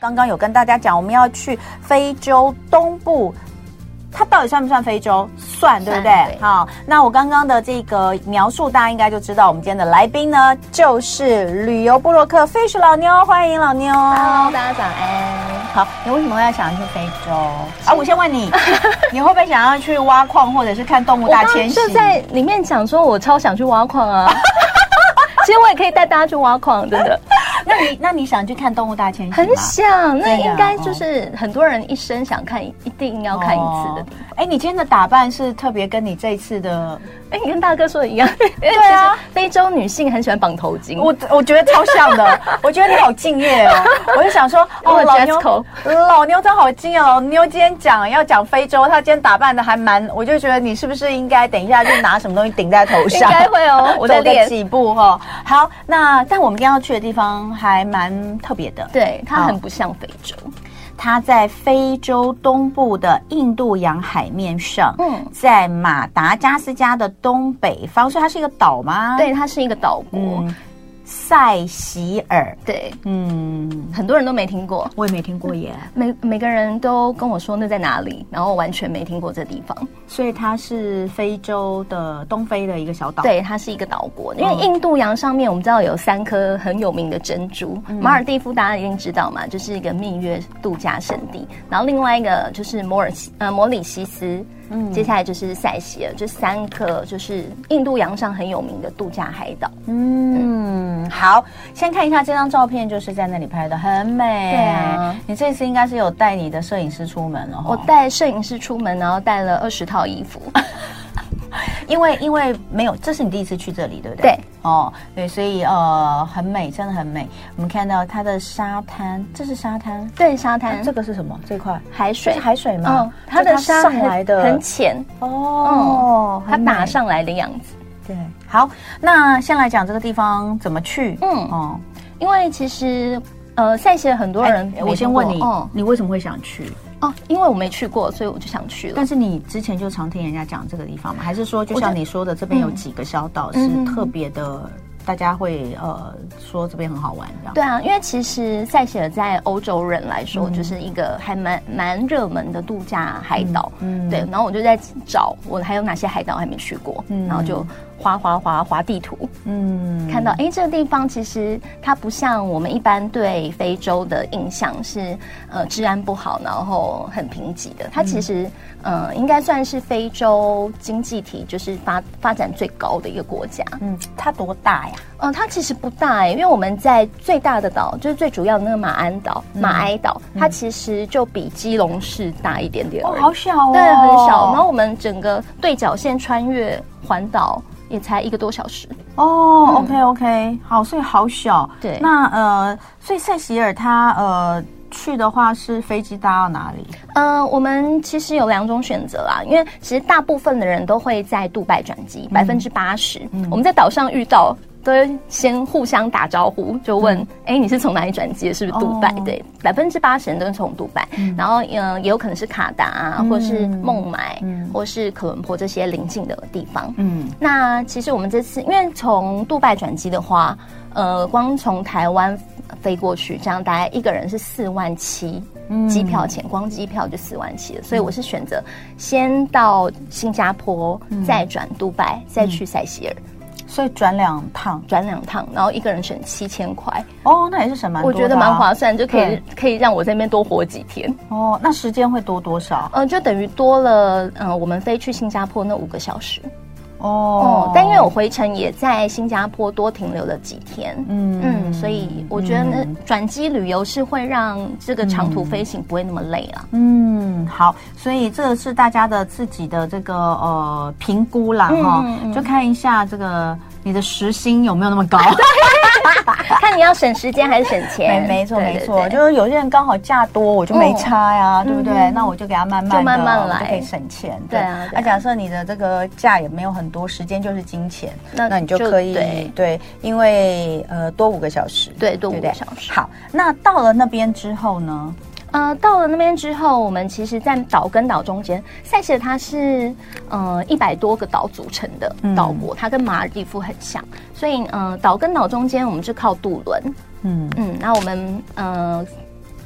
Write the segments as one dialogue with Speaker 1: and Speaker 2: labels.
Speaker 1: 刚刚有跟大家讲，我们要去非洲东部。它到底算不算非洲？算，对不对？
Speaker 2: 算对
Speaker 1: 好，那我刚刚的这个描述，大家应该就知道，我们今天的来宾呢，就是旅游部落客 Fish 老妞，欢迎老妞。
Speaker 2: Hello，大家早安。
Speaker 1: 好，你为什么要想要去非洲啊？我先问 你，你会不会想要去挖矿，或者是看动物
Speaker 2: 我
Speaker 1: 大
Speaker 2: 刚
Speaker 1: 迁
Speaker 2: 刚
Speaker 1: 徙？
Speaker 2: 就在里面讲说，我超想去挖 矿啊。其实我也可以带大家去挖矿，真的
Speaker 1: 那你那你想去看动物大迁徙吗？
Speaker 2: 很想。
Speaker 1: 真
Speaker 2: 那
Speaker 1: 的啊
Speaker 2: 应该就是很多人一生想看，一定要看一次的地方。
Speaker 1: 哦。哎、你今天的打扮是特别跟你这一次的，
Speaker 2: 哎、你跟大哥说的一样，因 为
Speaker 1: 对啊
Speaker 2: 其实非洲女性很喜欢绑头巾。
Speaker 1: 我我觉得超像的，我觉得你好敬业哦。我就想说，哦，
Speaker 2: 我
Speaker 1: 老
Speaker 2: dress
Speaker 1: 妞
Speaker 2: code，
Speaker 1: 老妞真好敬业哦。老妞今天讲要讲非洲，她今天打扮的还蛮，我就觉得你是不是应该等一下就拿什么东西顶在头
Speaker 2: 应
Speaker 1: 上？
Speaker 2: 该会 哦，我在
Speaker 1: 走个
Speaker 2: 练。
Speaker 1: 几步哈、哦。好，那但我们今天要去的地方还蛮特别的，
Speaker 2: 对，它
Speaker 1: 好
Speaker 2: 很不像非洲。
Speaker 1: 它在非洲东部的印度洋海面上，
Speaker 2: 嗯
Speaker 1: 在马达加斯加的东北方，所以它是一个岛吗？
Speaker 2: 对，，它是一个岛国。
Speaker 1: 嗯，塞席尔，
Speaker 2: 对，
Speaker 1: 嗯，
Speaker 2: 很多人都没听过。
Speaker 1: 我也没听过耶，
Speaker 2: 每每个人都跟我说那在哪里，然后我完全没听过这地方。
Speaker 1: 所以它是非洲的东非的一个小岛，，
Speaker 2: 对，它是一个岛国，因为
Speaker 1: 嗯
Speaker 2: 印度洋上面我们知道有三颗很有名的珍珠，
Speaker 1: 嗯
Speaker 2: 马尔蒂夫大家一定知道嘛，就是一个蜜月度假胜地。然后另外一个就是摩尔西呃摩里西斯，
Speaker 1: 嗯
Speaker 2: 接下来就是塞西尔，这三颗就是印度洋上很有名的度假海岛。
Speaker 1: 嗯，好，先看一下这张照片，就是在那里拍的，很美。
Speaker 2: 对啊，
Speaker 1: 你这次应该是有带你的摄影师出门了哦，
Speaker 2: 我带摄影师出门，然后带了二十套衣 服。
Speaker 1: 因为因为没有，这是你第一次去这里，对不对？
Speaker 2: 对，
Speaker 1: 哦，对，所以呃，很美，真的很美。我们看到它的沙滩，这是沙滩，
Speaker 2: 对，沙滩、
Speaker 1: 这个是什么？这块
Speaker 2: 海
Speaker 1: 这
Speaker 2: 水
Speaker 1: 是，海水吗？
Speaker 2: 嗯，它的
Speaker 1: 就
Speaker 2: 沙
Speaker 1: 上来的
Speaker 2: 很很浅，
Speaker 1: 哦，
Speaker 2: 它
Speaker 1: 很美
Speaker 2: 打上来的样子。
Speaker 1: 对。好，那先来讲这个地方怎么去。
Speaker 2: 嗯
Speaker 1: 哦，
Speaker 2: 因为其实呃，塞西尔很多人、
Speaker 1: 哎我先问你，
Speaker 2: 嗯
Speaker 1: 你为什么会想去？
Speaker 2: 哦，因为我没去过，所以我就想去了
Speaker 1: 但。是你之前就常听人家讲这个地方吗？还是说，就
Speaker 2: 我
Speaker 1: 像
Speaker 2: 就
Speaker 1: 你说的，这边有几个小岛是
Speaker 2: 嗯
Speaker 1: 特别的，呃大家会呃说这边很好玩这样？
Speaker 2: 对啊，因为其实塞西尔在欧洲人来说，
Speaker 1: 嗯
Speaker 2: 就是一个还蛮蛮热门的度假海岛。
Speaker 1: 嗯嗯
Speaker 2: 对。然后我就在找我还有哪些海岛还没去过，
Speaker 1: 嗯
Speaker 2: 然后就划划划划地图，
Speaker 1: 嗯
Speaker 2: 看到哎、诶这个地方其实它不像我们一般对非洲的印象是呃治安不好，然后很贫瘠的。
Speaker 1: 嗯
Speaker 2: 它其实、呃应该算是非洲经济体就是发发展最高的一个国家。
Speaker 1: 嗯，它多大呀？
Speaker 2: 嗯、它其实不大哎、因为我们在最大的岛就是最主要的那个马鞍岛、
Speaker 1: 嗯
Speaker 2: 马埃岛，它其实就比基隆市大一点点而已。
Speaker 1: 小哦
Speaker 2: 对，很小。然后我们整个对角线穿越环岛也才一个多小时。
Speaker 1: 哦，OK OK，好，所以好小。
Speaker 2: 对
Speaker 1: 那呃，所以塞西尔它呃去的话是飞机搭到哪里？
Speaker 2: 呃，我们其实有两种选择啦，因为其实大部分的人都会在杜拜转机，
Speaker 1: 嗯
Speaker 2: 百分之八十。我们在岛上遇到，都会先互相打招呼，就问：哎、你是从哪里转机的？是不是杜拜？
Speaker 1: 嗯哦
Speaker 2: 对，百分之八十人都是从杜拜，然后嗯、呃也有可能是卡达啊，或是孟买，
Speaker 1: 嗯
Speaker 2: 或是可伦坡这些邻近的地方。
Speaker 1: 嗯，
Speaker 2: 那其实我们这次因为从杜拜转机的话，呃，光从台湾飞过去，这样大概一个人是四万七，
Speaker 1: 嗯
Speaker 2: 机票钱光机票就四万七了，所以我是选择先到新加坡，再转杜拜，
Speaker 1: 嗯
Speaker 2: 再去塞西尔，
Speaker 1: 所以转两趟。
Speaker 2: 转两趟，然后一个人省七千块，
Speaker 1: 哦，那也是省蛮多
Speaker 2: 我
Speaker 1: 的啊、
Speaker 2: 觉得蛮划算，就可以
Speaker 1: 对
Speaker 2: 可以让我在那边多活几天，
Speaker 1: 哦，那时间会多多少？
Speaker 2: 呃，就等于多了，呃，我们飞去新加坡那五个小时。
Speaker 1: 哦
Speaker 2: 哦，，但因为我回程也在新加坡多停留了几天，
Speaker 1: 嗯
Speaker 2: 嗯所以我觉得呢，转机旅游是会让这个长途飞行不会那么累啦。
Speaker 1: 嗯，好，所以这个是大家的自己的这个呃评估啦哈、
Speaker 2: 嗯嗯
Speaker 1: 就看一下这个你的时薪有没有那么 高。
Speaker 2: 看你要省时间还是省钱，
Speaker 1: 没没错
Speaker 2: 对
Speaker 1: 没错，
Speaker 2: 对对
Speaker 1: 就是有些人刚好价多，我就没差呀，对不对？
Speaker 2: 嗯
Speaker 1: 那我就给他慢慢的
Speaker 2: 就慢慢来
Speaker 1: 我就可以省钱。
Speaker 2: 对啊对
Speaker 1: 那
Speaker 2: 啊
Speaker 1: 假设你的这个价也没有很多，时间就是金钱，
Speaker 2: 那
Speaker 1: 那你就
Speaker 2: 就
Speaker 1: 可以
Speaker 2: 对
Speaker 1: 对，因为呃多五个小时，
Speaker 2: 对多
Speaker 1: 不
Speaker 2: 五个小时。
Speaker 1: 好，那到了那边之后呢？
Speaker 2: 呃，到了那边之后，我们其实，在岛跟岛中间，塞舌它是呃一百多个岛组成的
Speaker 1: 嗯
Speaker 2: 岛国，它跟马尔蒂夫很像，所以呃岛跟岛中间我们是靠渡轮，
Speaker 1: 嗯，
Speaker 2: 嗯，那我们呃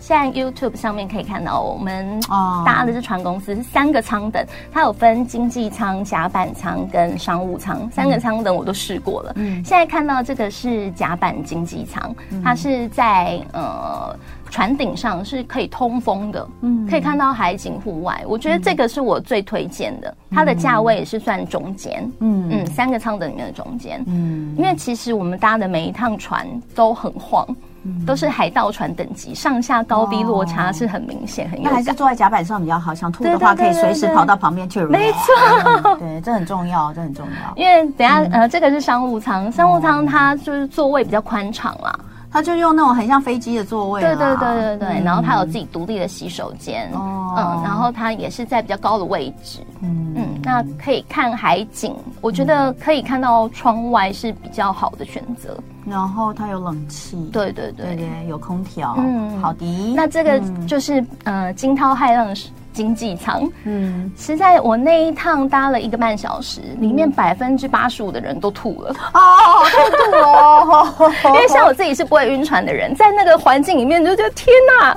Speaker 2: 现在 YouTube 上面可以看到，我们
Speaker 1: 哦
Speaker 2: 搭的这船公司是三个舱等，它有分经济舱、甲板舱跟商务舱，三个舱等我都试过了。
Speaker 1: 嗯
Speaker 2: 现在看到这个是甲板经济舱，它是在呃船顶上是可以通风的，
Speaker 1: 嗯
Speaker 2: 可以看到海景户外。我觉得这个是我最推荐的，它的价位也是算中间，
Speaker 1: 嗯
Speaker 2: 嗯，三个舱等里面的中间，
Speaker 1: 嗯
Speaker 2: 因为其实我们搭的每一趟船都很晃，
Speaker 1: 嗯
Speaker 2: 都是海盗船等级，上下高低落差是很明显、很有
Speaker 1: 哦那还是。
Speaker 2: 感
Speaker 1: 坐在甲板上比较好，想吐的话可
Speaker 2: 对
Speaker 1: 以
Speaker 2: 对对
Speaker 1: 随时
Speaker 2: 对
Speaker 1: 跑到旁边去。
Speaker 2: 没
Speaker 1: 错，对，这很重要，这很重要。
Speaker 2: 因为等一下、呃，这个是商务舱，商务舱它就是座位比较宽敞啦，
Speaker 1: 他就用那种很像飞机的座位啦。
Speaker 2: 对对对对对，
Speaker 1: 哦嗯
Speaker 2: 然后它有自己独立的洗手间，
Speaker 1: 哦
Speaker 2: 嗯，然后它也是在比较高的位置，
Speaker 1: 嗯，
Speaker 2: 嗯，那可以看海景，我觉得可以看到窗外是比较好的选择，
Speaker 1: 然后它有冷气，
Speaker 2: 对对
Speaker 1: 对嗯
Speaker 2: 对。
Speaker 1: 对，有空调。
Speaker 2: 嗯
Speaker 1: 好的。
Speaker 2: 那这个就是、呃惊涛骇浪经济舱，
Speaker 1: 嗯，
Speaker 2: 实在我那一趟搭了一个半小时，里面百分之八十五的人都吐了，
Speaker 1: 哦，好痛苦哦，
Speaker 2: 因 为像我自己是不会晕船的人，在那个环境里面你就觉得天哪，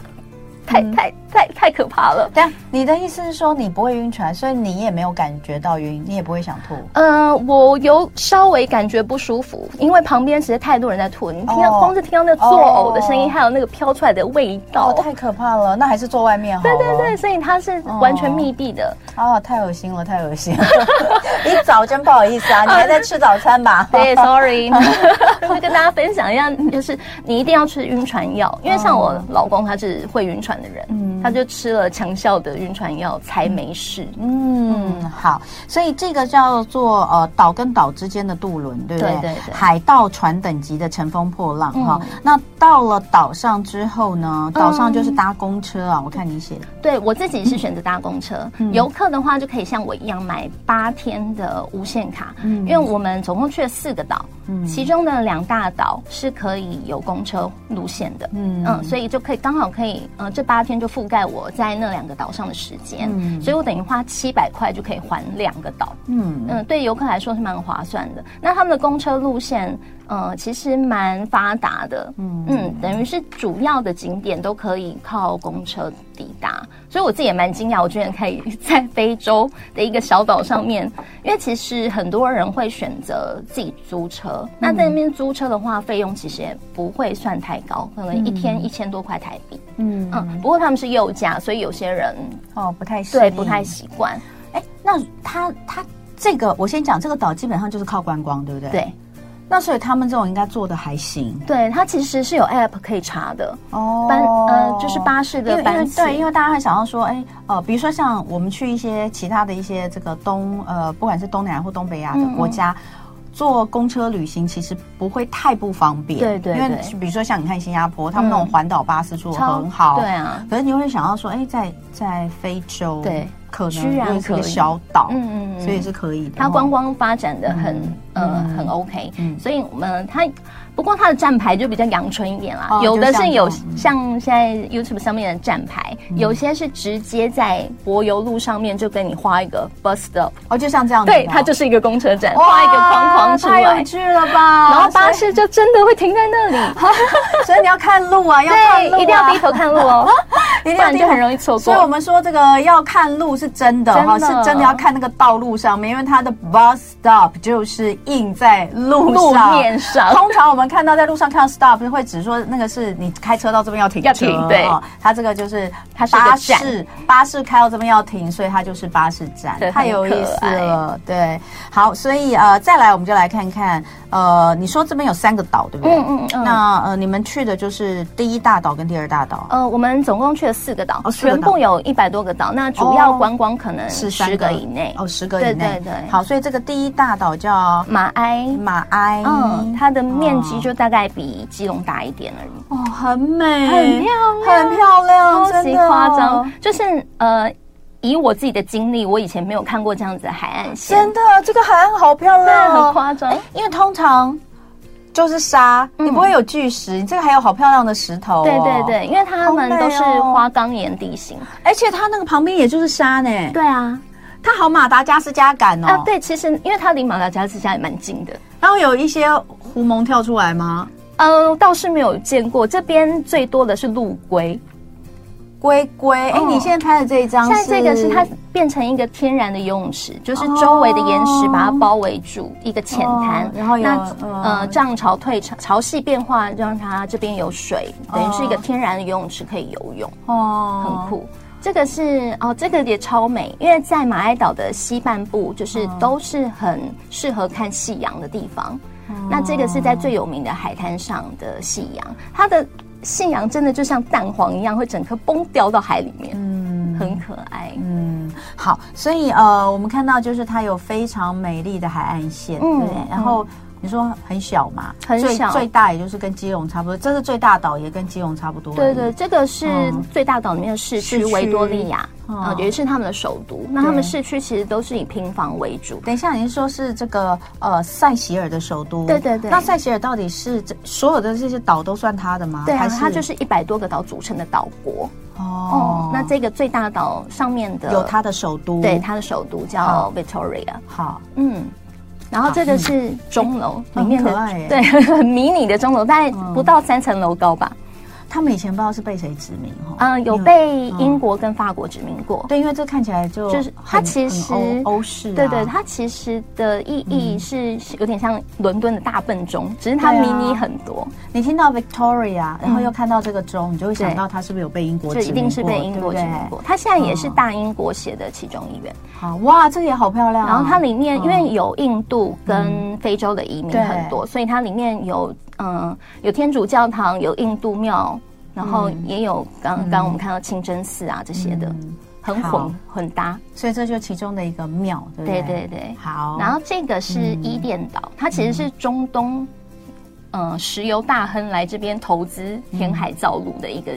Speaker 2: 太
Speaker 1: 嗯
Speaker 2: 太太太可怕了。
Speaker 1: 但你的意思是说你不会晕船，所以你也没有感觉到晕，你也不会想吐。
Speaker 2: 嗯、我有稍微感觉不舒服，因为旁边实在太多人在吐，你听到、
Speaker 1: 哦
Speaker 2: 光是听到那个作呕的声音
Speaker 1: 哦
Speaker 2: 还有那个飘出来的味道，
Speaker 1: 哦，太哦可怕了，那还是坐外面好了。
Speaker 2: 对对对，所以它是完全密闭的。
Speaker 1: 啊，太恶心了，太恶 心了！一早真不好意思啊，你还在吃早餐吧？
Speaker 2: 对，sorry，就 跟大家分享一下，就是你一定要吃晕船药，因为像
Speaker 1: 哦
Speaker 2: 我老公他是会晕船的人，他就吃了强效的晕船药才没事。
Speaker 1: 嗯，好，所以这个叫做呃岛跟岛之间的渡轮，对不对？
Speaker 2: 对对对
Speaker 1: 海盗船等级的乘风破浪
Speaker 2: 嗯
Speaker 1: 哈、那到了岛上之后呢？岛上就是搭公车啊，我看你写的
Speaker 2: 对我自己是选择搭公车，游客的话就可以像我一样买八天的无限卡，因为我们总共去了四个岛，其中的两大岛是可以有公车路线的，
Speaker 1: 嗯
Speaker 2: 嗯所以就可以刚好可以，呃，这八天就覆盖我在那两个岛上的时间，
Speaker 1: 嗯
Speaker 2: 所以我等于花七百块就可以环两个岛，
Speaker 1: 嗯
Speaker 2: 嗯，对游客来说是蛮划算的。那他们的公车路线，呃，其实蛮发达的，嗯等于是主要的景点都可以靠公车抵达。所以我自己也蛮惊讶，我居然可以 在非洲的一个小岛上面，因为其实很多人会选择自己租车，那在那边租车的话，费用其实也不会算太高，可能一天一千多块台币，
Speaker 1: 嗯
Speaker 2: 嗯不过他们是右驾，所以有些人
Speaker 1: 哦，不太适
Speaker 2: 对
Speaker 1: 应
Speaker 2: 不太习惯，
Speaker 1: 哎，那它它这个我先讲，这个岛基本上就是靠观光，对不对？。
Speaker 2: 对。
Speaker 1: 那所以他们这种应该做的还行
Speaker 2: 对，它其实是有 app 可以查的，
Speaker 1: 哦
Speaker 2: 班呃就是巴士
Speaker 1: 因
Speaker 2: 的
Speaker 1: 为因
Speaker 2: 班
Speaker 1: 为
Speaker 2: 次，
Speaker 1: 对，因为大家会想要说，哎，呃，比如说像我们去一些其他的一些这个东呃，不管是东南亚或东北亚的
Speaker 2: 嗯嗯
Speaker 1: 国家。坐公车旅行其实不会太不方便，
Speaker 2: 对对
Speaker 1: 因为
Speaker 2: 对
Speaker 1: 比如说像你看新加坡，他们那种
Speaker 2: 嗯
Speaker 1: 环岛巴士做得
Speaker 2: 超
Speaker 1: 哦很好，
Speaker 2: 对啊，
Speaker 1: 可是你会想到说，哎，在在非洲，
Speaker 2: 对，
Speaker 1: 可能
Speaker 2: 居然
Speaker 1: 因为是一个
Speaker 2: 可以
Speaker 1: 小岛，
Speaker 2: 嗯嗯嗯
Speaker 1: 所以是嗯可以的。
Speaker 2: 它
Speaker 1: 哦
Speaker 2: 观光发展的很、呃很 OK，、所
Speaker 1: 嗯
Speaker 2: 以我们它不过它的站牌就比较阳春一点啦，
Speaker 1: 哦
Speaker 2: 有
Speaker 1: 就
Speaker 2: 的
Speaker 1: 是像
Speaker 2: 有
Speaker 1: 这种嗯
Speaker 2: 像现在 YouTube 上面的站牌，有些是直接在柏油路上面就跟你画一个 bus stop，、
Speaker 1: 哦，就像这样子的哦，
Speaker 2: 对，它就是一个公车站，
Speaker 1: 哇
Speaker 2: 画一个框框出
Speaker 1: 太有
Speaker 2: 来。
Speaker 1: 趣了吧？
Speaker 2: 然后巴士就真的会停在那里，
Speaker 1: 所以，所以你要看路啊，要看
Speaker 2: 对
Speaker 1: 路、啊，，
Speaker 2: 一定要低头看路哦，
Speaker 1: 一定
Speaker 2: 不
Speaker 1: 要
Speaker 2: 然
Speaker 1: 低
Speaker 2: 就
Speaker 1: 头
Speaker 2: 很容易错过。
Speaker 1: 所以我们说这个要看路是真的哈，是
Speaker 2: 真的
Speaker 1: 真的要看那个道路上面，因为它的 bus stop 就是印在路
Speaker 2: 路
Speaker 1: 上。
Speaker 2: 面上
Speaker 1: 通常我们看到在路上看到 stop 会只说那个是你开车到这边要停车，
Speaker 2: 要停对
Speaker 1: 哦它这个就是
Speaker 2: 它是一个
Speaker 1: 巴
Speaker 2: 站
Speaker 1: 士，巴士开到这边要停，所以它就是巴士站
Speaker 2: 对，
Speaker 1: 太
Speaker 2: 很
Speaker 1: 有意
Speaker 2: 可
Speaker 1: 思
Speaker 2: 爱
Speaker 1: 了。对，好，所以呃，再来我们就来看看，呃，你说这边有三个岛对不对？
Speaker 2: 嗯嗯嗯
Speaker 1: 那呃，你们去的就是第一大岛跟第二大岛。
Speaker 2: 呃，我们总共去了四个岛，
Speaker 1: 哦四个岛哦
Speaker 2: 全部有一百多个岛。那主要观光可能
Speaker 1: 是
Speaker 2: 十个以内。
Speaker 1: 哦，十个以内。
Speaker 2: 对对对
Speaker 1: 好，所以这个第一大岛叫
Speaker 2: 马埃，
Speaker 1: 马埃，
Speaker 2: 嗯，它的面积
Speaker 1: 哦
Speaker 2: 就大概比基隆大一点而已，
Speaker 1: 哦，很美，
Speaker 2: 很漂亮
Speaker 1: 很漂亮，
Speaker 2: 超
Speaker 1: 哦真
Speaker 2: 级
Speaker 1: 的
Speaker 2: 夸张。。就是呃，以我自己的经历，我以前没有看过这样子的海岸线，
Speaker 1: 真的，这个海岸好漂
Speaker 2: 真
Speaker 1: 亮
Speaker 2: 的
Speaker 1: 哦，
Speaker 2: 很夸张。
Speaker 1: 因为通常就是沙，你不会有巨石，你这个还有好漂亮的石头、
Speaker 2: 嗯
Speaker 1: 哦
Speaker 2: 对对，对，因为他们都是
Speaker 1: 好美哦
Speaker 2: 花岗岩地形。
Speaker 1: 而且它那个旁边也就是沙呢，
Speaker 2: 对啊，
Speaker 1: 它好马达加斯加感哦。
Speaker 2: 啊对，其实因为它离马达加斯加也蛮近的。
Speaker 1: 然后有一些狐獴跳出来吗？
Speaker 2: 呃嗯，倒是没有见过，这边最多的是陆龟，
Speaker 1: 龟龟，哎，你现在拍的这一张，
Speaker 2: 哦现在这个是它变成一个天然的游泳池，就是周围的岩石把它包围住一个浅
Speaker 1: 哦
Speaker 2: 滩，
Speaker 1: 然后有
Speaker 2: 那
Speaker 1: 嗯
Speaker 2: 呃涨潮退潮潮汐变化，让它这边有水，等于是一个
Speaker 1: 哦
Speaker 2: 天然的游泳池可以游泳，
Speaker 1: 哦，
Speaker 2: 很酷。这个是哦，这个也超美，因为在马来岛的西半部，就是
Speaker 1: 哦
Speaker 2: 都是很适合看夕阳的地方。
Speaker 1: 哦
Speaker 2: 那这个是在最有名的海滩上的夕阳，它的夕阳真的就像蛋黄一样，会整颗崩掉到海里面，嗯，很可爱。
Speaker 1: 嗯，好，所以呃，我们看到就是它有非常美丽的海岸线，
Speaker 2: 嗯
Speaker 1: 对不对，然后。你说很小嘛，
Speaker 2: 很
Speaker 1: 最
Speaker 2: 小
Speaker 1: 最大也就是跟基隆差不多，这是最大岛也跟基隆差不多而已。
Speaker 2: 对对，这个是
Speaker 1: 嗯
Speaker 2: 最大岛里面的市
Speaker 1: 市
Speaker 2: 区
Speaker 1: 区
Speaker 2: 维多利亚，
Speaker 1: 嗯
Speaker 2: 呃，也是他们的首都。那他们市区其实都是以平房为主，
Speaker 1: 等一下，你是说是这个呃塞喜尔的首都？
Speaker 2: 对对对
Speaker 1: 那塞喜尔到底是这所有的这些岛都算它的吗？
Speaker 2: 对啊，
Speaker 1: 还是
Speaker 2: 它就是一百多个岛组成的岛国。
Speaker 1: 哦
Speaker 2: 哦，，那这个最大岛上面的
Speaker 1: 有它的首都。
Speaker 2: 对，它的首都叫
Speaker 1: 好
Speaker 2: Victoria，
Speaker 1: 好，
Speaker 2: 嗯。然后这个是钟楼里面的
Speaker 1: 哎很可爱耶，嗯
Speaker 2: 对，很迷你的钟楼，大概不到三层楼高吧。
Speaker 1: 他们以前不知道是被谁殖民哈？
Speaker 2: 嗯，有
Speaker 1: 因为
Speaker 2: 被英国跟法国殖民过。
Speaker 1: 对，因为这看起来就
Speaker 2: 就是
Speaker 1: 很
Speaker 2: 它其实
Speaker 1: 很欧欧式啊，嗯
Speaker 2: 对对，它其实的意义是是有点像伦敦的大笨钟，只是它
Speaker 1: 对啊
Speaker 2: 迷你很多，
Speaker 1: 你听到 Victoria，然后又看到这个钟，你就会想到它是不是有被英国
Speaker 2: 就
Speaker 1: 殖民
Speaker 2: 嗯一定是被英国殖
Speaker 1: 对不嗯
Speaker 2: 民
Speaker 1: 对
Speaker 2: 过。它现在也是大英国协的其中一员。
Speaker 1: 好哇，这个也好漂亮啊。
Speaker 2: 然后它里面
Speaker 1: 嗯
Speaker 2: 因为有印度跟非洲的移民
Speaker 1: 对
Speaker 2: 很多，所以它里面有嗯、呃有天主教堂，有印度庙，然后
Speaker 1: 嗯
Speaker 2: 也有刚刚刚我们看到清真寺啊这些的，很
Speaker 1: 好
Speaker 2: 混混搭。
Speaker 1: 嗯所以这就是其中的一个庙，对不
Speaker 2: 对
Speaker 1: 对？
Speaker 2: 对对。
Speaker 1: 好，
Speaker 2: 然后这个是
Speaker 1: 嗯
Speaker 2: 伊甸岛，它其实是中东。嗯、石油大亨来这边投资填海造陆的一个，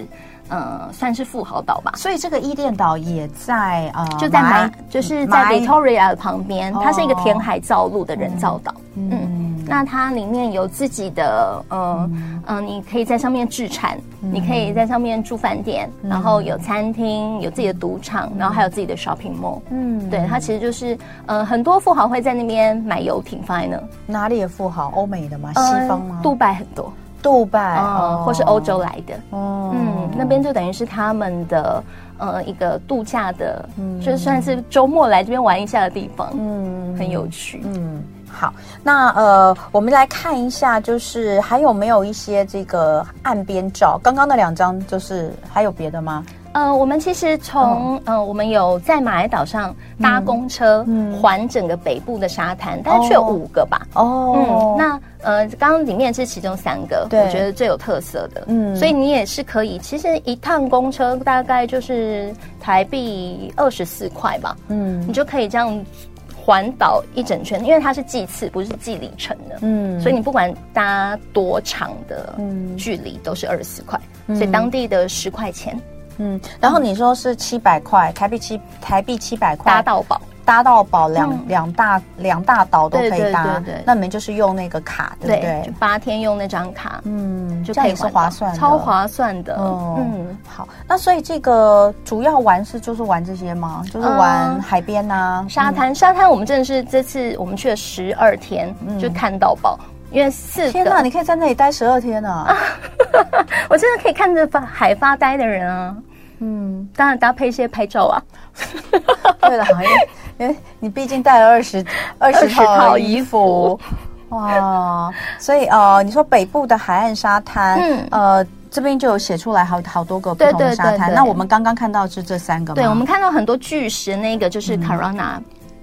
Speaker 2: 呃，算是富豪岛吧。
Speaker 1: 所以这个伊甸岛也在呃，
Speaker 2: 就在马
Speaker 1: 来，嗯
Speaker 2: 就是
Speaker 1: 马
Speaker 2: 在
Speaker 1: 来
Speaker 2: Victoria 的旁边，
Speaker 1: 哦
Speaker 2: 它是一个填海造陆的人造岛。
Speaker 1: 嗯嗯
Speaker 2: 嗯，那它里面有自己的，呃，呃，你可以在上面置产，你可以在上面住饭店，
Speaker 1: 嗯
Speaker 2: 然后有餐厅，有自己的赌场，然后还有自己的 shopping mall。
Speaker 1: 嗯，
Speaker 2: 对，它其实就是，呃，很多富豪会在那边买游艇放在那，
Speaker 1: 哪里的富豪？欧美的吗？西
Speaker 2: 呃
Speaker 1: 方吗？
Speaker 2: 杜拜很多，
Speaker 1: 杜拜
Speaker 2: 呃，或是欧洲，来的。
Speaker 1: 哦
Speaker 2: 嗯，那边就等于是他们的呃一个度假的，就算是周末来这边玩一下的地方，
Speaker 1: 嗯
Speaker 2: 很有趣。
Speaker 1: 嗯，好，那呃，我们来看一下，就是还有没有一些这个岸边照？刚刚那两张就是还有别的吗？
Speaker 2: 呃，我们其实从、呃，我们有在马来岛上搭公车、
Speaker 1: 哦嗯
Speaker 2: 环整个北部的沙滩，但是却有五个吧。
Speaker 1: 哦
Speaker 2: 嗯，那呃，刚刚里面是其中三个，
Speaker 1: 对
Speaker 2: 我觉得最有特色的，
Speaker 1: 嗯
Speaker 2: 嗯，所以你也是可以，其实一趟公车大概就是台币二十四块吧，
Speaker 1: 嗯
Speaker 2: 你就可以这样环岛一整圈，因为它是计次，不是计里程的。
Speaker 1: 嗯
Speaker 2: 所以你不管搭多长的
Speaker 1: 嗯
Speaker 2: 距离，都是二十四块，所以当地的十块钱
Speaker 1: 嗯，然后你说是七百块台币七台币七百块
Speaker 2: 搭到饱。
Speaker 1: 搭到宝两、
Speaker 2: 嗯
Speaker 1: 两大两大岛都可
Speaker 2: 对
Speaker 1: 以
Speaker 2: 对
Speaker 1: 搭，
Speaker 2: 对对
Speaker 1: 那你们就是用那个卡，对不
Speaker 2: 对，
Speaker 1: 嗯对
Speaker 2: 就？八天用那张卡，
Speaker 1: 嗯，
Speaker 2: 就
Speaker 1: 这样
Speaker 2: 可以
Speaker 1: 也是
Speaker 2: 环岛
Speaker 1: 划算的，
Speaker 2: 超划算的。
Speaker 1: 哦
Speaker 2: 嗯，
Speaker 1: 好，那所以这个主要玩是就是玩这些吗？就是玩海边啊嗯呐、
Speaker 2: 呃沙滩，沙滩，我们真的是这次我们去了十二天，就看到饱，因为四
Speaker 1: 嗯天哪，
Speaker 2: 个，
Speaker 1: 你可以在那里待十二天呢、啊
Speaker 2: 啊我真的可以看着发海发呆的人啊。
Speaker 1: 嗯，
Speaker 2: 当然搭配一些拍照啊，
Speaker 1: 对了，因为 因为你毕竟带了二十二十
Speaker 2: 20
Speaker 1: 套
Speaker 2: 套
Speaker 1: 衣
Speaker 2: 衣
Speaker 1: 服
Speaker 2: 服，
Speaker 1: 哇！所以呃，你说北部的海岸沙滩，
Speaker 2: 嗯
Speaker 1: 呃，这边就有写出来好好多个不同
Speaker 2: 对
Speaker 1: 的
Speaker 2: 对
Speaker 1: 沙滩。
Speaker 2: 对对
Speaker 1: 那我们刚刚看到是这三个吗？
Speaker 2: 对我们看到很多巨石，那个就是
Speaker 1: 嗯
Speaker 2: Carana，、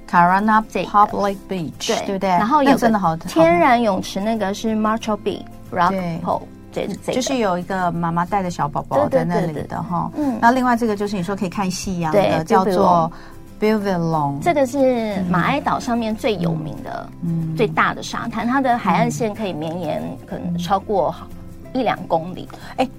Speaker 1: Carana
Speaker 2: 这个
Speaker 1: Public Beach，
Speaker 2: 对
Speaker 1: 对不对？
Speaker 2: 然后
Speaker 1: 那
Speaker 2: 有
Speaker 1: 真的
Speaker 2: 个
Speaker 1: 好
Speaker 2: 天，然泳池，那个是 Marshall Bay
Speaker 1: 对
Speaker 2: Rock Pool，这这
Speaker 1: 好就是有一个妈妈带着小宝宝在
Speaker 2: 对对
Speaker 1: 那
Speaker 2: 对
Speaker 1: 里
Speaker 2: 对
Speaker 1: 的哈。
Speaker 2: 嗯
Speaker 1: 那另外这个就是你说可以看夕阳的，
Speaker 2: 对
Speaker 1: 叫做 Bivilon，
Speaker 2: 这个是马埃岛上面最有名的、
Speaker 1: 嗯
Speaker 2: 最大的沙滩，它的海岸线可以绵延可能超过一两公里。
Speaker 1: 嗯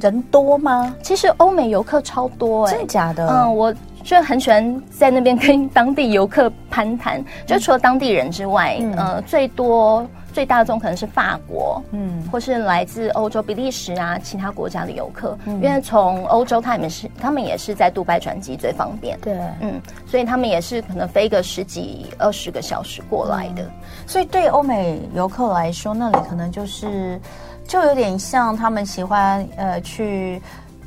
Speaker 1: 人多吗？
Speaker 2: 其实欧美游客超多哎、
Speaker 1: 真的假的？
Speaker 2: 嗯，我就很喜欢在那边跟当地游客攀谈，就
Speaker 1: 嗯
Speaker 2: 除了当地人之外，呃，最多最大众可能是法国，
Speaker 1: 嗯
Speaker 2: 或是来自欧洲比利时啊其他国家的游客，因为从欧洲他们是他们也是在杜拜转机最方便。
Speaker 1: 对。
Speaker 2: 嗯，所以他们也是可能飞个十几、二十个小时过来的。
Speaker 1: 所以对欧美游客来说，那里可能就是就有点像他们喜欢呃去。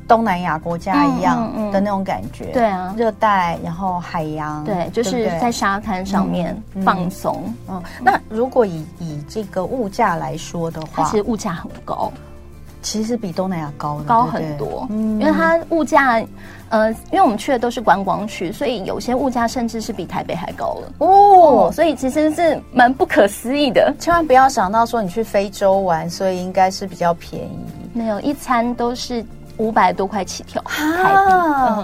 Speaker 3: 东南亚国家一样
Speaker 2: 嗯嗯嗯
Speaker 3: 的那种感觉。
Speaker 2: 对啊
Speaker 3: 热带，然后海洋，
Speaker 2: 嗯对，就
Speaker 3: 不
Speaker 2: 是
Speaker 3: 对
Speaker 2: 在沙滩上面
Speaker 3: 嗯嗯
Speaker 2: 放松，
Speaker 3: 嗯。那如果以以这个物价来说的
Speaker 2: 它
Speaker 3: 话，
Speaker 2: 其实物价很高，
Speaker 3: 其实比东南亚高的
Speaker 2: 高
Speaker 3: 对不对
Speaker 2: 很多，
Speaker 3: 嗯
Speaker 2: 因为它物价，呃，因为我们去的都是观光区，所以有些物价甚至是比台北还高了。
Speaker 3: 哦
Speaker 2: 哦，。所以其实是蛮不可思议的。
Speaker 3: 千万不要想到说你去非洲玩，所以应该是比较便宜。
Speaker 2: 没有一餐都是五百多块起跳，
Speaker 3: 啊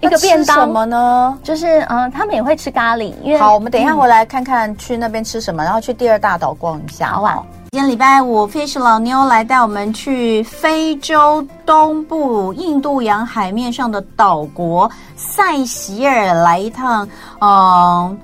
Speaker 2: 台币、嗯一
Speaker 3: 那
Speaker 2: 个便
Speaker 3: 吃什么
Speaker 2: 当。
Speaker 3: 呢？
Speaker 2: 就是嗯、呃他们也会吃咖喱，因为
Speaker 3: 好，我们等一
Speaker 2: 嗯
Speaker 3: 下回来看看去那边吃什么，然后去第二大岛逛一下。
Speaker 2: 好啊
Speaker 3: 不
Speaker 1: 今天礼拜五，Fish 老妞来带我们去非洲东部印度洋海面上的岛国塞西尔来一趟，嗯，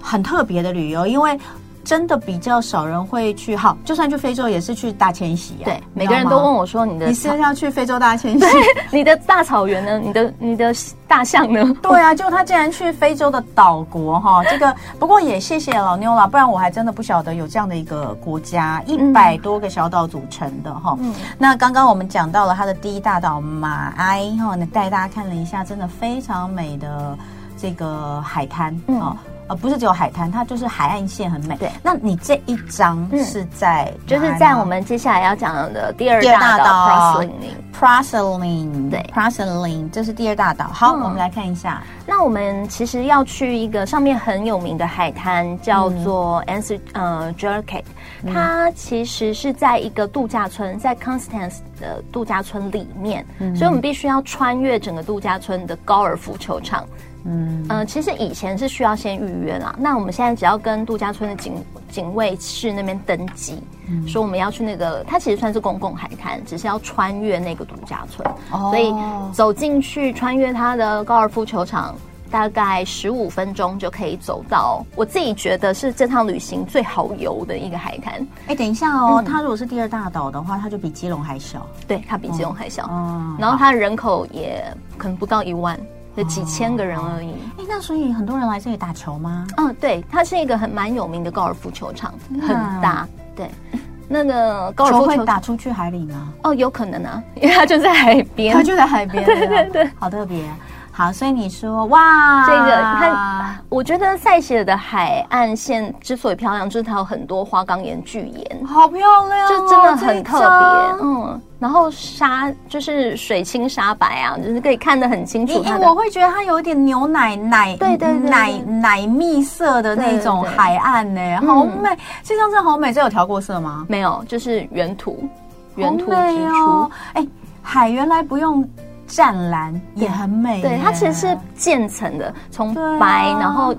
Speaker 1: 很特别的旅游，因为真的比较少人会去。好，就算去非洲也是去大迁徙啊。
Speaker 2: 对每个人都问
Speaker 1: 我，
Speaker 2: 我说你的
Speaker 1: 你是要去非洲大迁徙？
Speaker 2: 你的大草原呢？你的你的大象呢？
Speaker 3: 对
Speaker 1: 对啊，就他竟然去非洲的岛国哈，这个不过也谢谢老妞啦，不然我还真的不晓得有这样的一个国家，一
Speaker 2: 嗯
Speaker 1: 百多个小岛组成的哈。那刚刚我们讲到了它的第一大岛马埃哈，那带大家看了一下，真的非常美的这个海滩啊。
Speaker 2: 嗯
Speaker 1: 呃，不是只有海滩，它就是海岸线很美。
Speaker 2: 对，
Speaker 1: 那你这一张
Speaker 2: 嗯
Speaker 1: 是在、 啊
Speaker 2: 就是在我们接下来要讲的第二
Speaker 1: 第二大
Speaker 2: 大啊
Speaker 1: 岛
Speaker 2: 岛 Crossing 里
Speaker 1: p r a s l i n
Speaker 2: 对
Speaker 1: p r a s l i n 这是第二大岛。好，
Speaker 2: 嗯
Speaker 1: 我们来看一下。
Speaker 2: 那我们其实要去一个上面很有名的海滩，叫做 a n s 呃 Jerket，它其实是在一个度假村，在 Constance 的度假村里面，所以我们必须要穿越整个度假村的高尔夫球场。嗯，呃，其实以前是需要先预约啦，那我们现在只要跟度假村的警警卫室那边登记。
Speaker 1: 嗯
Speaker 2: 说我们要去那个，它其实算是公共海滩，只是要穿越那个度假村。
Speaker 3: 哦
Speaker 2: 所以走进去，穿越它的高尔夫球场，大概十五分钟就可以走到。我自己觉得是这趟旅行最好游的一个海滩，
Speaker 1: 哎，等一下哦，
Speaker 2: 嗯
Speaker 1: 它如果是第二大岛的话，它就比基隆还小。
Speaker 2: 对，它比基隆海小，
Speaker 1: 哦，
Speaker 2: 然后它人口也可能不到一万，就几千个人而已。
Speaker 1: 哎，那所以很多人来这里打球吗？
Speaker 2: 嗯，对，它是一个很蛮有名的高尔夫球场，很大，对。那个高尔
Speaker 1: 球
Speaker 2: 夫
Speaker 1: 会
Speaker 2: 球
Speaker 1: 打出去海里吗？
Speaker 2: 哦，有可能啊， 因为它就在海边，
Speaker 1: 它就在海边，对 对对，好特别。好，所以你说哇，
Speaker 2: 这个它，我觉得塞西尔的海岸线之所以漂亮，就是它有很多花岗岩巨岩，
Speaker 1: 好漂亮哦，
Speaker 2: 就真的很特别。
Speaker 1: 这一张。
Speaker 2: 嗯，然后沙就是水清沙白啊，就是可以看得很清楚
Speaker 1: 因
Speaker 2: 它
Speaker 1: 因
Speaker 2: 的。
Speaker 1: 我会觉得它有一点牛奶奶
Speaker 2: 嗯对对对对
Speaker 1: 奶奶蜜色的那种
Speaker 2: 对对对嗯
Speaker 1: 海岸呢，好美！这张真的好美，这有调过色吗？
Speaker 2: 没有，就是原图，原图
Speaker 1: 好美
Speaker 2: 之出。
Speaker 1: 哦，哎，海原来不用湛蓝也很美耶，
Speaker 2: 对，它其实是渐层的，从
Speaker 1: 哎对啊哦
Speaker 2: 白，然后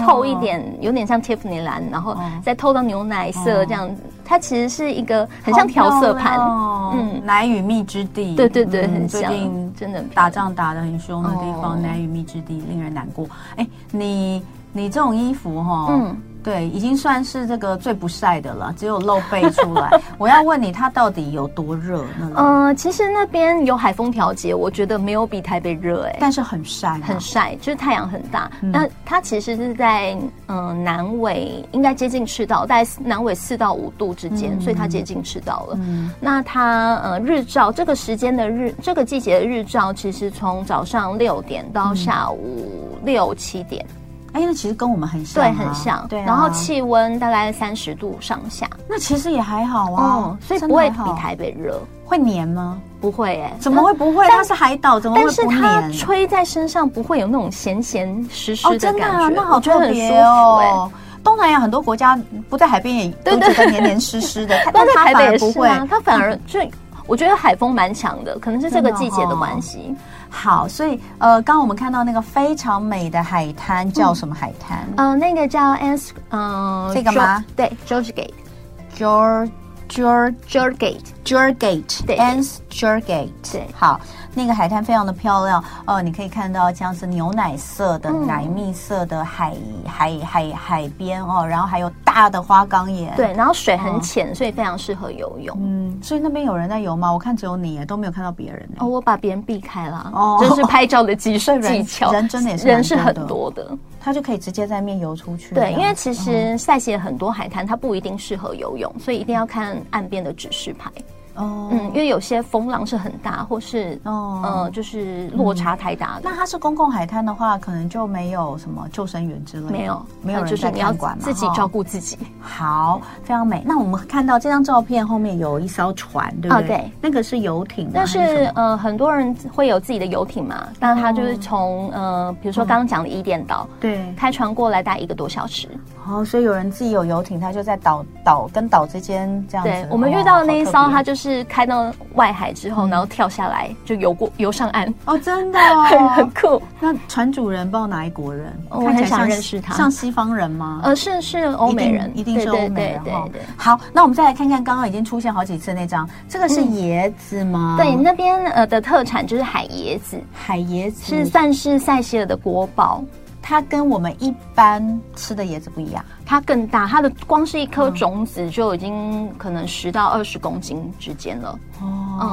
Speaker 2: 透一点，有点像 Tiffany 蓝，然后
Speaker 1: 嗯
Speaker 2: 再透到牛奶色
Speaker 1: 嗯
Speaker 2: 这样子。它其实是一个很像调色盘，
Speaker 1: 嗯，
Speaker 2: 嗯
Speaker 1: 奶与蜜之地，
Speaker 2: 对对对，
Speaker 1: 嗯
Speaker 2: 很
Speaker 1: 最
Speaker 2: 像
Speaker 1: 近，
Speaker 2: 真的很漂
Speaker 1: 打
Speaker 2: 亮
Speaker 1: 仗打得很凶的地方，
Speaker 2: 哦
Speaker 1: 奶与蜜之地令人难过。哎，你你这种衣服哈，嗯
Speaker 2: 嗯，
Speaker 1: 对，已经算是这个最不晒的了，只有露背出 来。我要问你，它到底有多热那里？
Speaker 2: 嗯、其实那边有海风调节，我觉得没有比台北热哎、
Speaker 1: 但是很晒嘛，
Speaker 2: 很晒，就是太阳很大。
Speaker 1: 嗯
Speaker 2: 那、它其实是在嗯、呃南纬，应该接近赤道，大概南纬四到五度之间，所以
Speaker 1: 嗯
Speaker 2: 它接近赤道了。那它呃日照这个时间的日，这个季节的日照，其实从早上六点
Speaker 1: 嗯
Speaker 2: 到下午六七点，
Speaker 1: 哎，那其实跟我们很像
Speaker 2: 对，
Speaker 1: 啊，
Speaker 2: 很像。
Speaker 1: 对啊。
Speaker 2: 然后气温大概三十度上下，
Speaker 1: 那其实也还好啊
Speaker 2: 哦，，所以
Speaker 1: 真
Speaker 2: 不
Speaker 1: 的
Speaker 2: 会
Speaker 1: 还
Speaker 2: 比
Speaker 1: 好
Speaker 2: 台北热，
Speaker 1: 会黏吗？
Speaker 2: 不会哎、
Speaker 1: 怎么会不会？它是海岛，怎么
Speaker 2: 但
Speaker 1: 会
Speaker 2: 是
Speaker 1: 不
Speaker 2: 它
Speaker 1: 黏？
Speaker 2: 吹在身上不会有那种咸咸湿湿
Speaker 1: 哦，
Speaker 2: 的
Speaker 1: 真的
Speaker 2: 感
Speaker 1: 啊，
Speaker 2: 觉，
Speaker 1: 那好
Speaker 2: 我觉得
Speaker 1: 特
Speaker 2: 很舒
Speaker 1: 别
Speaker 2: 服哎、
Speaker 1: 哦。东南亚很多国家不在海边也都
Speaker 2: 对
Speaker 1: 觉
Speaker 2: 对
Speaker 1: 得黏黏湿湿 的，它
Speaker 2: 但在
Speaker 1: 它
Speaker 2: 台
Speaker 1: 反
Speaker 2: 北
Speaker 1: 而
Speaker 2: 也
Speaker 1: 不
Speaker 2: 是
Speaker 1: 会。
Speaker 2: 啊，它反而就我觉得海风蛮强的，可能是这
Speaker 1: 哦
Speaker 2: 个季节的关系。
Speaker 1: 好，所以呃，刚刚我们看到那个非常美的海滩叫什么海滩
Speaker 2: 呃，那个叫 Ans，嗯、
Speaker 1: 这个吗？
Speaker 2: 对，George Gate，George
Speaker 1: ？George George
Speaker 2: Gate，
Speaker 1: George Gate，
Speaker 2: 对
Speaker 1: a n s George Gate。
Speaker 2: 对
Speaker 1: 好，那个海滩非常的漂亮哦，你可以看到这样子牛奶色的、
Speaker 2: 嗯
Speaker 1: 奶蜜色的海海海海边哦，然后还有大的花岗岩。
Speaker 2: 对，然后水很浅，所以非常适合游泳。
Speaker 1: 哦嗯，所以那边有人在游吗？我看只有你耶，都没有看到别人耶。
Speaker 2: 哦，我把别人避开了，
Speaker 1: 哦
Speaker 2: 这是拍照的技
Speaker 1: 所以
Speaker 2: 术
Speaker 1: 人
Speaker 2: 技巧。
Speaker 1: 人真的也是蛮
Speaker 2: 人是
Speaker 1: 多
Speaker 2: 很
Speaker 1: 的嗯
Speaker 2: 多的，
Speaker 1: 它就可以直接在面游出去了。
Speaker 2: 对，因为其实塞西尔很多海滩，它不一定适合游泳，所以一定要看岸边的指示牌。
Speaker 1: 哦，
Speaker 2: 嗯，因为有些风浪是很大，或是
Speaker 1: 哦
Speaker 2: 呃，就是落差太大的。
Speaker 1: 那它是公共海滩的话，可能就没有什么救生员之类的，
Speaker 2: 没有，
Speaker 1: 嗯没有
Speaker 2: 呃就
Speaker 1: 人
Speaker 2: 是
Speaker 1: 在
Speaker 2: 你要
Speaker 1: 看管嘛，
Speaker 2: 自己
Speaker 1: 哈嗯
Speaker 2: 照顾自己。
Speaker 1: 好，非常美。那我们看到这张照片后面有一艘船，对不
Speaker 2: 哦
Speaker 1: 对？
Speaker 2: 对，
Speaker 1: 那个是游艇吗，
Speaker 2: 但
Speaker 1: 还什
Speaker 2: 是
Speaker 1: 么
Speaker 2: 呃，很多人会有自己的游艇嘛，那他就是从呃，比
Speaker 1: 嗯
Speaker 2: 如说刚刚讲的伊甸岛，
Speaker 1: 对，
Speaker 2: 开船过来大概一个多小时。
Speaker 1: 哦，所以有人自己有游艇，他就在岛岛跟岛之间这样子。
Speaker 2: 对我们
Speaker 1: 哦
Speaker 2: 遇到的那一艘，
Speaker 1: 好特别
Speaker 2: 它
Speaker 1: 嗯
Speaker 2: 就是开到外海之后，然后跳下来就游过 游上岸，
Speaker 1: 哦，真的
Speaker 2: 很很
Speaker 1: 哦。
Speaker 2: 酷。
Speaker 1: 那船主人不知道哪一国人，
Speaker 2: 哦我
Speaker 1: 看起
Speaker 2: 很
Speaker 1: 来
Speaker 2: 想
Speaker 1: 像
Speaker 2: 认识他
Speaker 1: 像西方人吗？
Speaker 2: 呃，是是欧美人，
Speaker 1: 一定一定是
Speaker 2: 对对
Speaker 1: 欧美人
Speaker 2: 对
Speaker 1: 哈
Speaker 2: 对对。
Speaker 1: 好，那我们再来看看刚刚已经出现好几次那张，这个是椰子吗？
Speaker 2: 对，那边呃的特产就是海椰子，
Speaker 1: 海椰子
Speaker 2: 是算是塞西尔的国宝。
Speaker 1: 它跟我们一般吃的椰子不一样。
Speaker 2: 它更大，它的光是一颗
Speaker 1: 嗯
Speaker 2: 种子就已经可能十到二十公斤之间了。
Speaker 1: 哦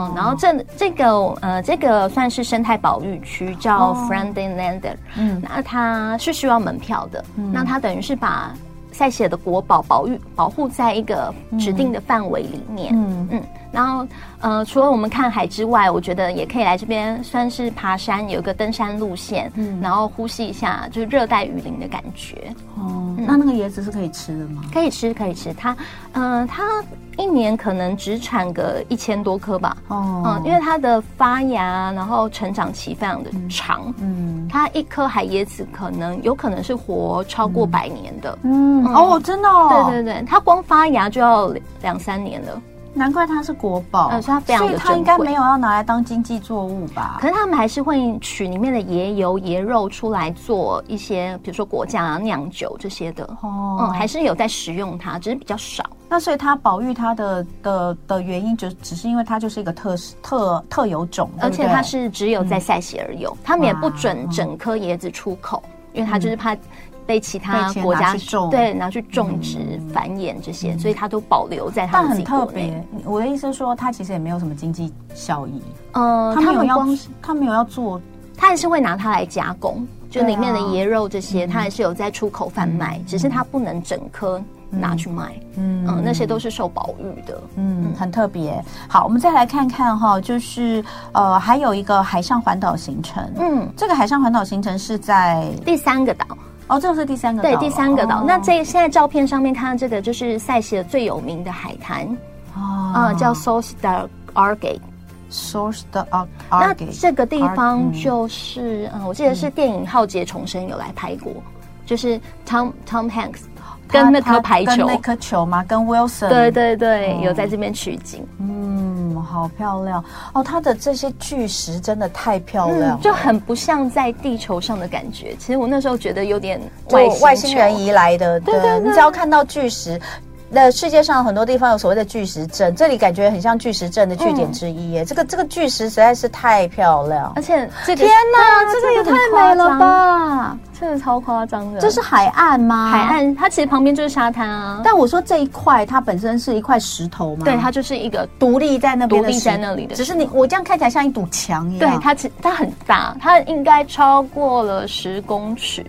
Speaker 2: 嗯，然后这这个呃，这个算是生态保育区，叫 f r i e n d i n l a n d e r
Speaker 1: 哦嗯
Speaker 2: 那它是需要门票的，那它等于是把塞西尔的国宝保育保护在一个指定的范围里面。嗯
Speaker 1: 嗯，
Speaker 2: 然后呃，除了我们看海之外，我觉得也可以来这边，算是爬山，有一个登山路线，
Speaker 1: 嗯
Speaker 2: 然后呼吸一下就是热带雨林的感觉，
Speaker 1: 哦，
Speaker 2: 嗯
Speaker 1: 那那个椰子是可以吃的吗？
Speaker 2: 可以吃，可以吃。它，呃，它一年可能只产个一千多颗吧，
Speaker 1: 哦
Speaker 2: 嗯，，因为它的发芽，然后成长期非常的长，
Speaker 1: 嗯
Speaker 2: 它一颗海椰子可能有可能是活超过百年的。
Speaker 1: 嗯哦，真的哦，
Speaker 2: 对对对，它光发芽就要两两三年了。
Speaker 1: 难怪它是国宝，
Speaker 2: 嗯所以它非常
Speaker 1: 所
Speaker 2: 的
Speaker 1: 以它应
Speaker 2: 珍
Speaker 1: 该
Speaker 2: 贵
Speaker 1: 没有要拿来当经济作物吧
Speaker 2: 可？是他们还是会取里面的椰油、椰肉出来做一些，比如说果酱啊、酿酒这些的。
Speaker 1: 哦
Speaker 2: 嗯，还是有在食用它，只是比较少。
Speaker 1: 那所以它保育它的的的原因，就只是因为它就是一个特特特有种，对
Speaker 2: 而
Speaker 1: 不
Speaker 2: 且
Speaker 1: 对嗯
Speaker 2: 它是只有在塞西尔有，他们也不
Speaker 1: 哇嗯
Speaker 2: 准整颗椰子出口，因为它就是怕被其他
Speaker 1: 被钱
Speaker 2: 国
Speaker 1: 拿
Speaker 2: 家
Speaker 1: 去种嗯
Speaker 2: 对拿去种植、繁衍这些，所以它都保留在他
Speaker 1: 但
Speaker 2: 们自
Speaker 1: 很
Speaker 2: 己
Speaker 1: 特
Speaker 2: 国
Speaker 1: 别
Speaker 2: 内。。
Speaker 1: 我的意思是说，它其实也没有什么经济效益，
Speaker 2: 呃，
Speaker 1: 它
Speaker 2: 他
Speaker 1: 没有
Speaker 2: 们
Speaker 1: 要
Speaker 2: 光
Speaker 1: 它没有要做
Speaker 2: 他还是会拿它来加工，就
Speaker 1: 对啊嗯
Speaker 2: 里面的椰肉这些，它还是有在出口贩卖，只是它不能整颗拿去卖。嗯那些都是受保育的。
Speaker 1: 嗯，很特别。好，我们再来看看哈，就是呃，还有一个海上环岛行程。
Speaker 2: 嗯，
Speaker 1: 这个海上环岛行程是在
Speaker 2: 第三个岛，
Speaker 1: 哦，这个是第三个岛
Speaker 2: 对，
Speaker 1: 了
Speaker 2: 第三个岛。
Speaker 1: 哦
Speaker 2: 那这现在照片上面看到这个，就是塞西尔最有名的海滩，啊、
Speaker 1: 哦
Speaker 2: 叫 South Star Argate。
Speaker 1: Source 的 a
Speaker 2: 那
Speaker 1: r g
Speaker 2: 这个地方
Speaker 1: Argate，嗯
Speaker 2: 就是，嗯、我记得是电影《浩劫重生》有来拍过，就是 Tom Tom Hanks 跟那颗排
Speaker 1: 跟
Speaker 2: 球，
Speaker 1: 那颗球嘛，跟 Wilson
Speaker 2: 对对对，
Speaker 4: 嗯
Speaker 2: 有在这边取景。
Speaker 1: 嗯，好漂亮哦！它的这些巨石真的太漂亮了，
Speaker 2: 嗯，就很不像在地球上的感觉。其实我那时候觉得有点
Speaker 4: 外
Speaker 2: 外星
Speaker 4: 外星人
Speaker 2: 球
Speaker 4: 移来的，对
Speaker 2: 对对
Speaker 4: 你只要看到巨石。那世界上很多地方有所谓的巨石阵，这里感觉很像巨石阵的据点之一
Speaker 2: 嗯
Speaker 4: 耶。这个这个巨石实在是太漂亮
Speaker 2: 而，且这个
Speaker 4: 天哪
Speaker 2: 对啊
Speaker 4: 这个也
Speaker 2: 真的很
Speaker 4: 太美了
Speaker 2: 夸张
Speaker 4: 吧！
Speaker 2: 真的超夸张的。
Speaker 1: 这是海岸吗？
Speaker 2: 海。岸，它其实旁边就是沙滩啊。
Speaker 1: 但我说这一块它本身是一块石头嘛，
Speaker 2: 对，它就是一个
Speaker 1: 独立在那边的
Speaker 2: 独立
Speaker 1: 石头
Speaker 2: 在那里的
Speaker 1: 只是你我这样看起来像一堵墙一
Speaker 2: 对
Speaker 1: 样。
Speaker 2: 它其它很大，它应该超过了十公尺，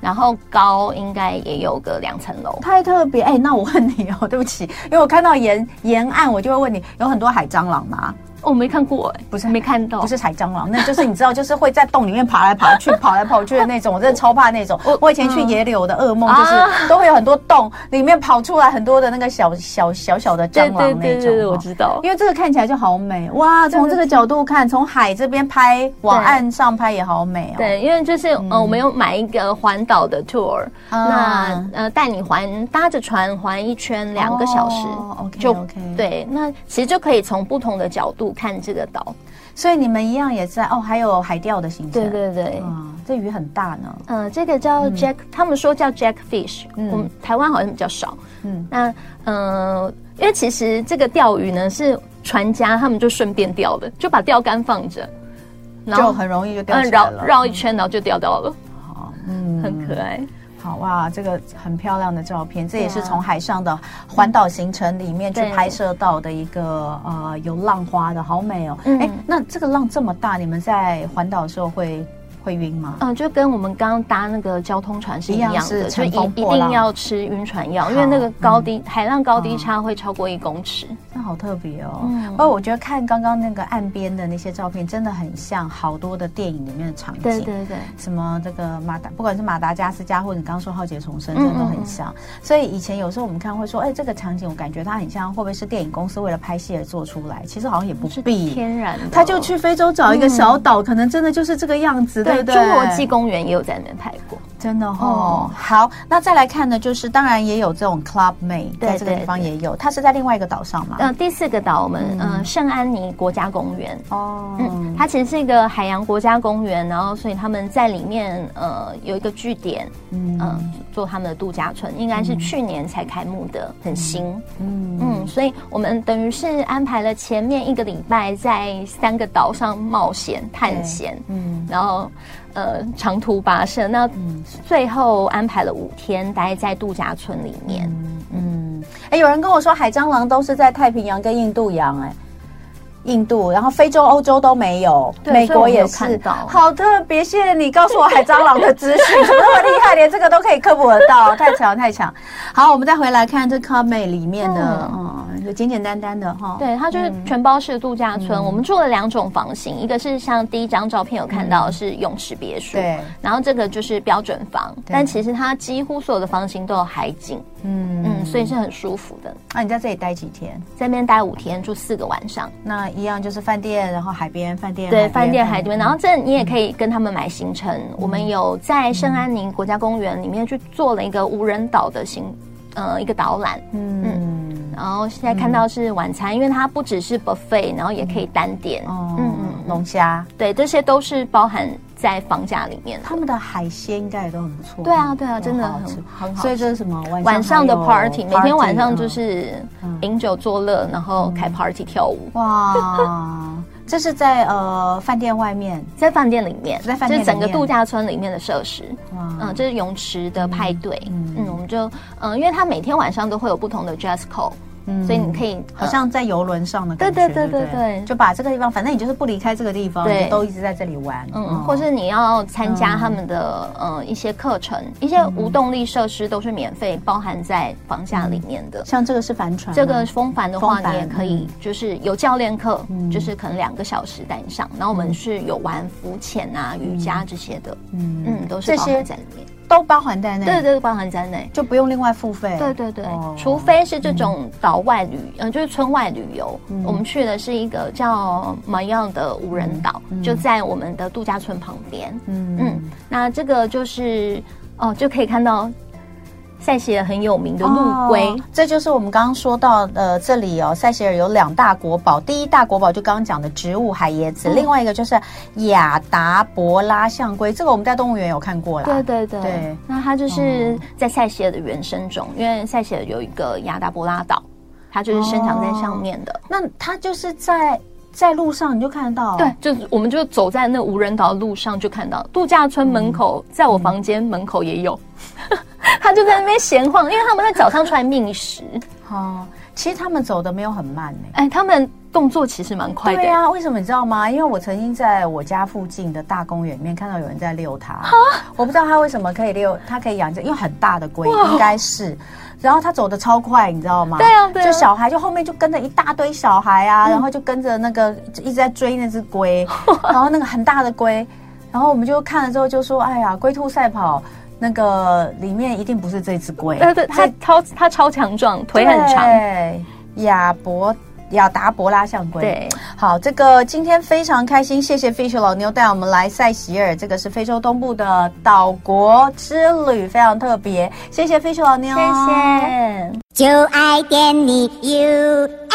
Speaker 2: 然后高应该也有个两层楼。
Speaker 1: 太特别哎、那我问你哦，对 不起，因为我看到沿沿岸，我就会问你，有很多海蟑螂吗？
Speaker 2: 哦我没看过哎，不是没看到，
Speaker 1: 不是海蟑螂，那就是你知道，就是会在洞里面爬来爬去、跑来跑去的那种，我真的超怕那种。我以前去野柳的噩梦就是
Speaker 2: 啊
Speaker 1: 都会有很多洞，里面跑出来很多的那个小小小小的蟑
Speaker 2: 对
Speaker 1: 螂那
Speaker 2: 对
Speaker 1: 种。
Speaker 2: 对对对，
Speaker 1: 哦
Speaker 2: 我知道。
Speaker 1: 因为这个看起来就好美哇！从这个角度看，从海这边拍往
Speaker 2: 对
Speaker 1: 岸上拍也好美哦。，
Speaker 2: 对，因为就是呃，我们有买一个环岛的 tour，、
Speaker 1: 啊
Speaker 2: 那呃带你环搭着船环一圈两个小时、
Speaker 1: 哦，OK，OK
Speaker 2: 对，那其实就可以从不同的角度看这个岛。
Speaker 1: 所以你们一样也在哦，还有海钓的行程。
Speaker 2: 对对对，
Speaker 1: 啊，这鱼很大呢。
Speaker 2: 嗯、这个叫 Jack，、他们说叫 Jackfish，、我们台湾好像比较少。
Speaker 1: 嗯
Speaker 2: 嗯，那呃，因为其实这个钓鱼呢是船家他们就顺便钓的，就把钓竿放着，然
Speaker 1: 就很容易就掉
Speaker 2: 嗯
Speaker 1: 起来
Speaker 2: 绕
Speaker 1: 了。
Speaker 2: 绕一圈，然后就钓到了，
Speaker 1: 嗯
Speaker 2: 很可爱。
Speaker 1: 好哇，这个很漂亮的照片，这也是
Speaker 2: 对啊
Speaker 1: 从海上的环岛行程里面去
Speaker 2: 对
Speaker 1: 拍摄到的一个呃有浪花的，好美哦。哎、
Speaker 2: 嗯
Speaker 1: 那这个浪这么大，你们在环岛的时候会会晕吗？
Speaker 2: 嗯，就跟我们刚刚搭那个交通船是一样
Speaker 1: 一样是
Speaker 2: 的，就
Speaker 1: 乘
Speaker 2: 一
Speaker 1: 风
Speaker 2: 一
Speaker 1: 破浪嗯
Speaker 2: 定要吃晕船药，因为那个高低、海浪高低差会超过一公尺。
Speaker 1: 那、那好特别哦。嗯，而我觉得看刚刚那个岸边的那些照片，真的很像好多的电影里面的场景。
Speaker 2: 对对对，
Speaker 1: 什么这个马达，不管是马达加斯加，或者你刚刚说浩劫重生，真
Speaker 2: 嗯
Speaker 1: 的都很像。所以以前有时候我们看会说，哎，这个场景我感觉它很像，会不会是电影公司为了拍戏而做出来？其实好像也不
Speaker 2: 是
Speaker 1: 必。
Speaker 2: 天然的，
Speaker 1: 他就去非洲找一个小岛，可能真的就是这个样子，对
Speaker 2: 嗯对
Speaker 1: 不对？哦
Speaker 2: 侏罗纪公园也有在那边拍过。
Speaker 1: 真的哦。好，那再来看呢，就是当然也有这种 club mate，
Speaker 2: 对
Speaker 1: 在这个地方也有，它是在另外一个岛上嘛。
Speaker 2: 呃，第四个岛我们呃圣安妮国家公园，
Speaker 1: 哦，
Speaker 2: 嗯，它其实是一个海洋国家公园，然后所以他们在里面呃有一个据点，嗯、做他们的度假村，应该是去年才开幕的，很新，嗯嗯，所以我们等于是安排了前面一个礼拜在三个岛上冒险探险，嗯，然后呃长途跋涉，那最后安排了五天待在度假村里面，
Speaker 5: 哎，有人跟我说海蟑螂都是在太平洋跟印度洋，哎，印度，然后非洲、欧洲都没有，
Speaker 2: 对
Speaker 5: 美国也
Speaker 2: 所以我没有
Speaker 5: 是
Speaker 2: 看到，
Speaker 5: 好特别。谢谢你告诉我海蟑螂的资讯，怎么那么厉害，连这个都可以科普得到，太强太强。
Speaker 1: 好，我们再回来看这 club mate 里面的，
Speaker 5: 哦
Speaker 1: 嗯，就简简单单的哈。
Speaker 2: 对，它就是全包式度假村。我们住了两种房型，一个是像第一张照片有看到的是泳池别墅，
Speaker 1: 对
Speaker 2: 然后这个就是标准房，但其实它几乎所有的房型都有海景，
Speaker 1: 嗯，
Speaker 2: 嗯，所以是很舒服的。
Speaker 1: 那你在这里待几天？
Speaker 2: 在那边待五天，住四个晚上，
Speaker 1: 那一样就是饭店，然后海边，饭店，
Speaker 2: 对，饭店海边，嗯然后这你也可以跟他们买行程。我们有在圣安宁国家公园里面去做了一个无人岛的行，呃，一个导览，
Speaker 1: 嗯，
Speaker 2: 然后现在看到是晚餐，因为它不只是 buffet，然后也可以单点，
Speaker 1: 哦，
Speaker 2: 嗯
Speaker 1: 嗯，龙虾，
Speaker 2: 对，这些都是包含在房价里面的
Speaker 1: 他。们的海鲜应该也都很不错。
Speaker 2: 对啊，对啊，真的
Speaker 1: 好
Speaker 2: 很
Speaker 1: 好吃
Speaker 2: 很好
Speaker 1: 所以
Speaker 2: 吃。
Speaker 1: 这是什么？
Speaker 2: 晚上的
Speaker 1: 还有
Speaker 2: party，每天晚上就
Speaker 1: 嗯
Speaker 2: 是饮酒作乐，然后开 party 跳舞，
Speaker 1: 哇，这是在呃饭店外面
Speaker 2: 在饭店里面，
Speaker 1: 在饭店
Speaker 2: 就是整个
Speaker 1: 里面
Speaker 2: 度假村里面的设施。
Speaker 1: 哇，
Speaker 2: 嗯，这是泳池的派对。嗯，我们就嗯，因为它每天晚上都会有不同的 dress code，所以你可以
Speaker 1: 嗯好像在游轮上的感觉。
Speaker 2: 对对对
Speaker 1: 对
Speaker 2: 对
Speaker 1: 不
Speaker 2: 对
Speaker 1: 就把这个地方，反正你就是不离开这个地方，
Speaker 2: 对
Speaker 1: 你就都一直在这里玩。
Speaker 2: 嗯，或是你要参加他们的
Speaker 1: 嗯
Speaker 2: 呃一些课程，一些无动力设施都是免费包含在房价里面的。
Speaker 1: 像这个是帆船吗，啊
Speaker 2: 这个风帆的
Speaker 1: 嗯
Speaker 2: 话，
Speaker 1: 风帆嗯
Speaker 2: 你也可以，就是有教练课，就是可能两个小时带你上。然后我
Speaker 1: 嗯
Speaker 2: 们是有玩浮潜啊、瑜伽这些的，嗯都是
Speaker 1: 这
Speaker 2: 包
Speaker 1: 些
Speaker 2: 含在里面。
Speaker 1: 都包含在内，
Speaker 2: 对，对，包含在内。
Speaker 1: 就不用另外付费。
Speaker 2: 对对对
Speaker 1: 哦，嗯
Speaker 2: 除非是这种岛外旅，呃，就是村外旅游。我们去的是一个叫 Mayon 的无人岛，就在我们的度假村旁边。
Speaker 1: 嗯
Speaker 2: 嗯，那这个就是哦，就可以看到塞西尔很有名的陆龟。
Speaker 1: 哦这就是我们刚刚说到，呃，这里哦，塞西尔有两大国宝，第一大国宝就刚刚讲的植物海椰
Speaker 2: 嗯
Speaker 1: 子，另外一个就是雅达伯拉象龟，这个我们在动物园有看过啦。
Speaker 2: 对对对，
Speaker 1: 对哦
Speaker 2: 那它就是在塞西尔的原生种，因为塞西尔有一个亚达伯拉岛，它就是生长在上面的。
Speaker 1: 那它就是在在路上你就看得到，
Speaker 2: 对，，就是我们就走在那无人岛路上，就看到度假村门口，在我房间门口也有， 他就在那边闲晃，因为他们在早上出来 觅食，
Speaker 1: 哦，其实他们走的没有很慢呢、
Speaker 2: 哎，他们动作其实蛮快的
Speaker 1: 对，啊呀、为什么你知道吗？因为我曾经在我家附近的大公园里面看到有人在遛它，我不知道它为什么可以遛，它可以养这，因为很大的龟应该是。然后它走的超快，你知道吗？
Speaker 2: 对啊嗯对啊
Speaker 1: 就小孩就后面就跟着一大堆小孩啊，然后就跟着那个就一直在追那只 龟，然后那个很大的龟，然后我们就看了之后就说，哎呀，龟兔赛跑那个里面一定不是这只龟，
Speaker 2: 呃对对，他超他超强壮，腿很长，
Speaker 1: 对，亚伯亚达伯拉象龟，
Speaker 2: 对，
Speaker 1: 好，这个今天非常开心，谢谢 Fish 老牛带我们来塞西尔，这个是非洲东部的岛国之旅，非常特别，谢谢 Fish 老牛，
Speaker 2: 谢谢。
Speaker 6: 就爱点你 UFO。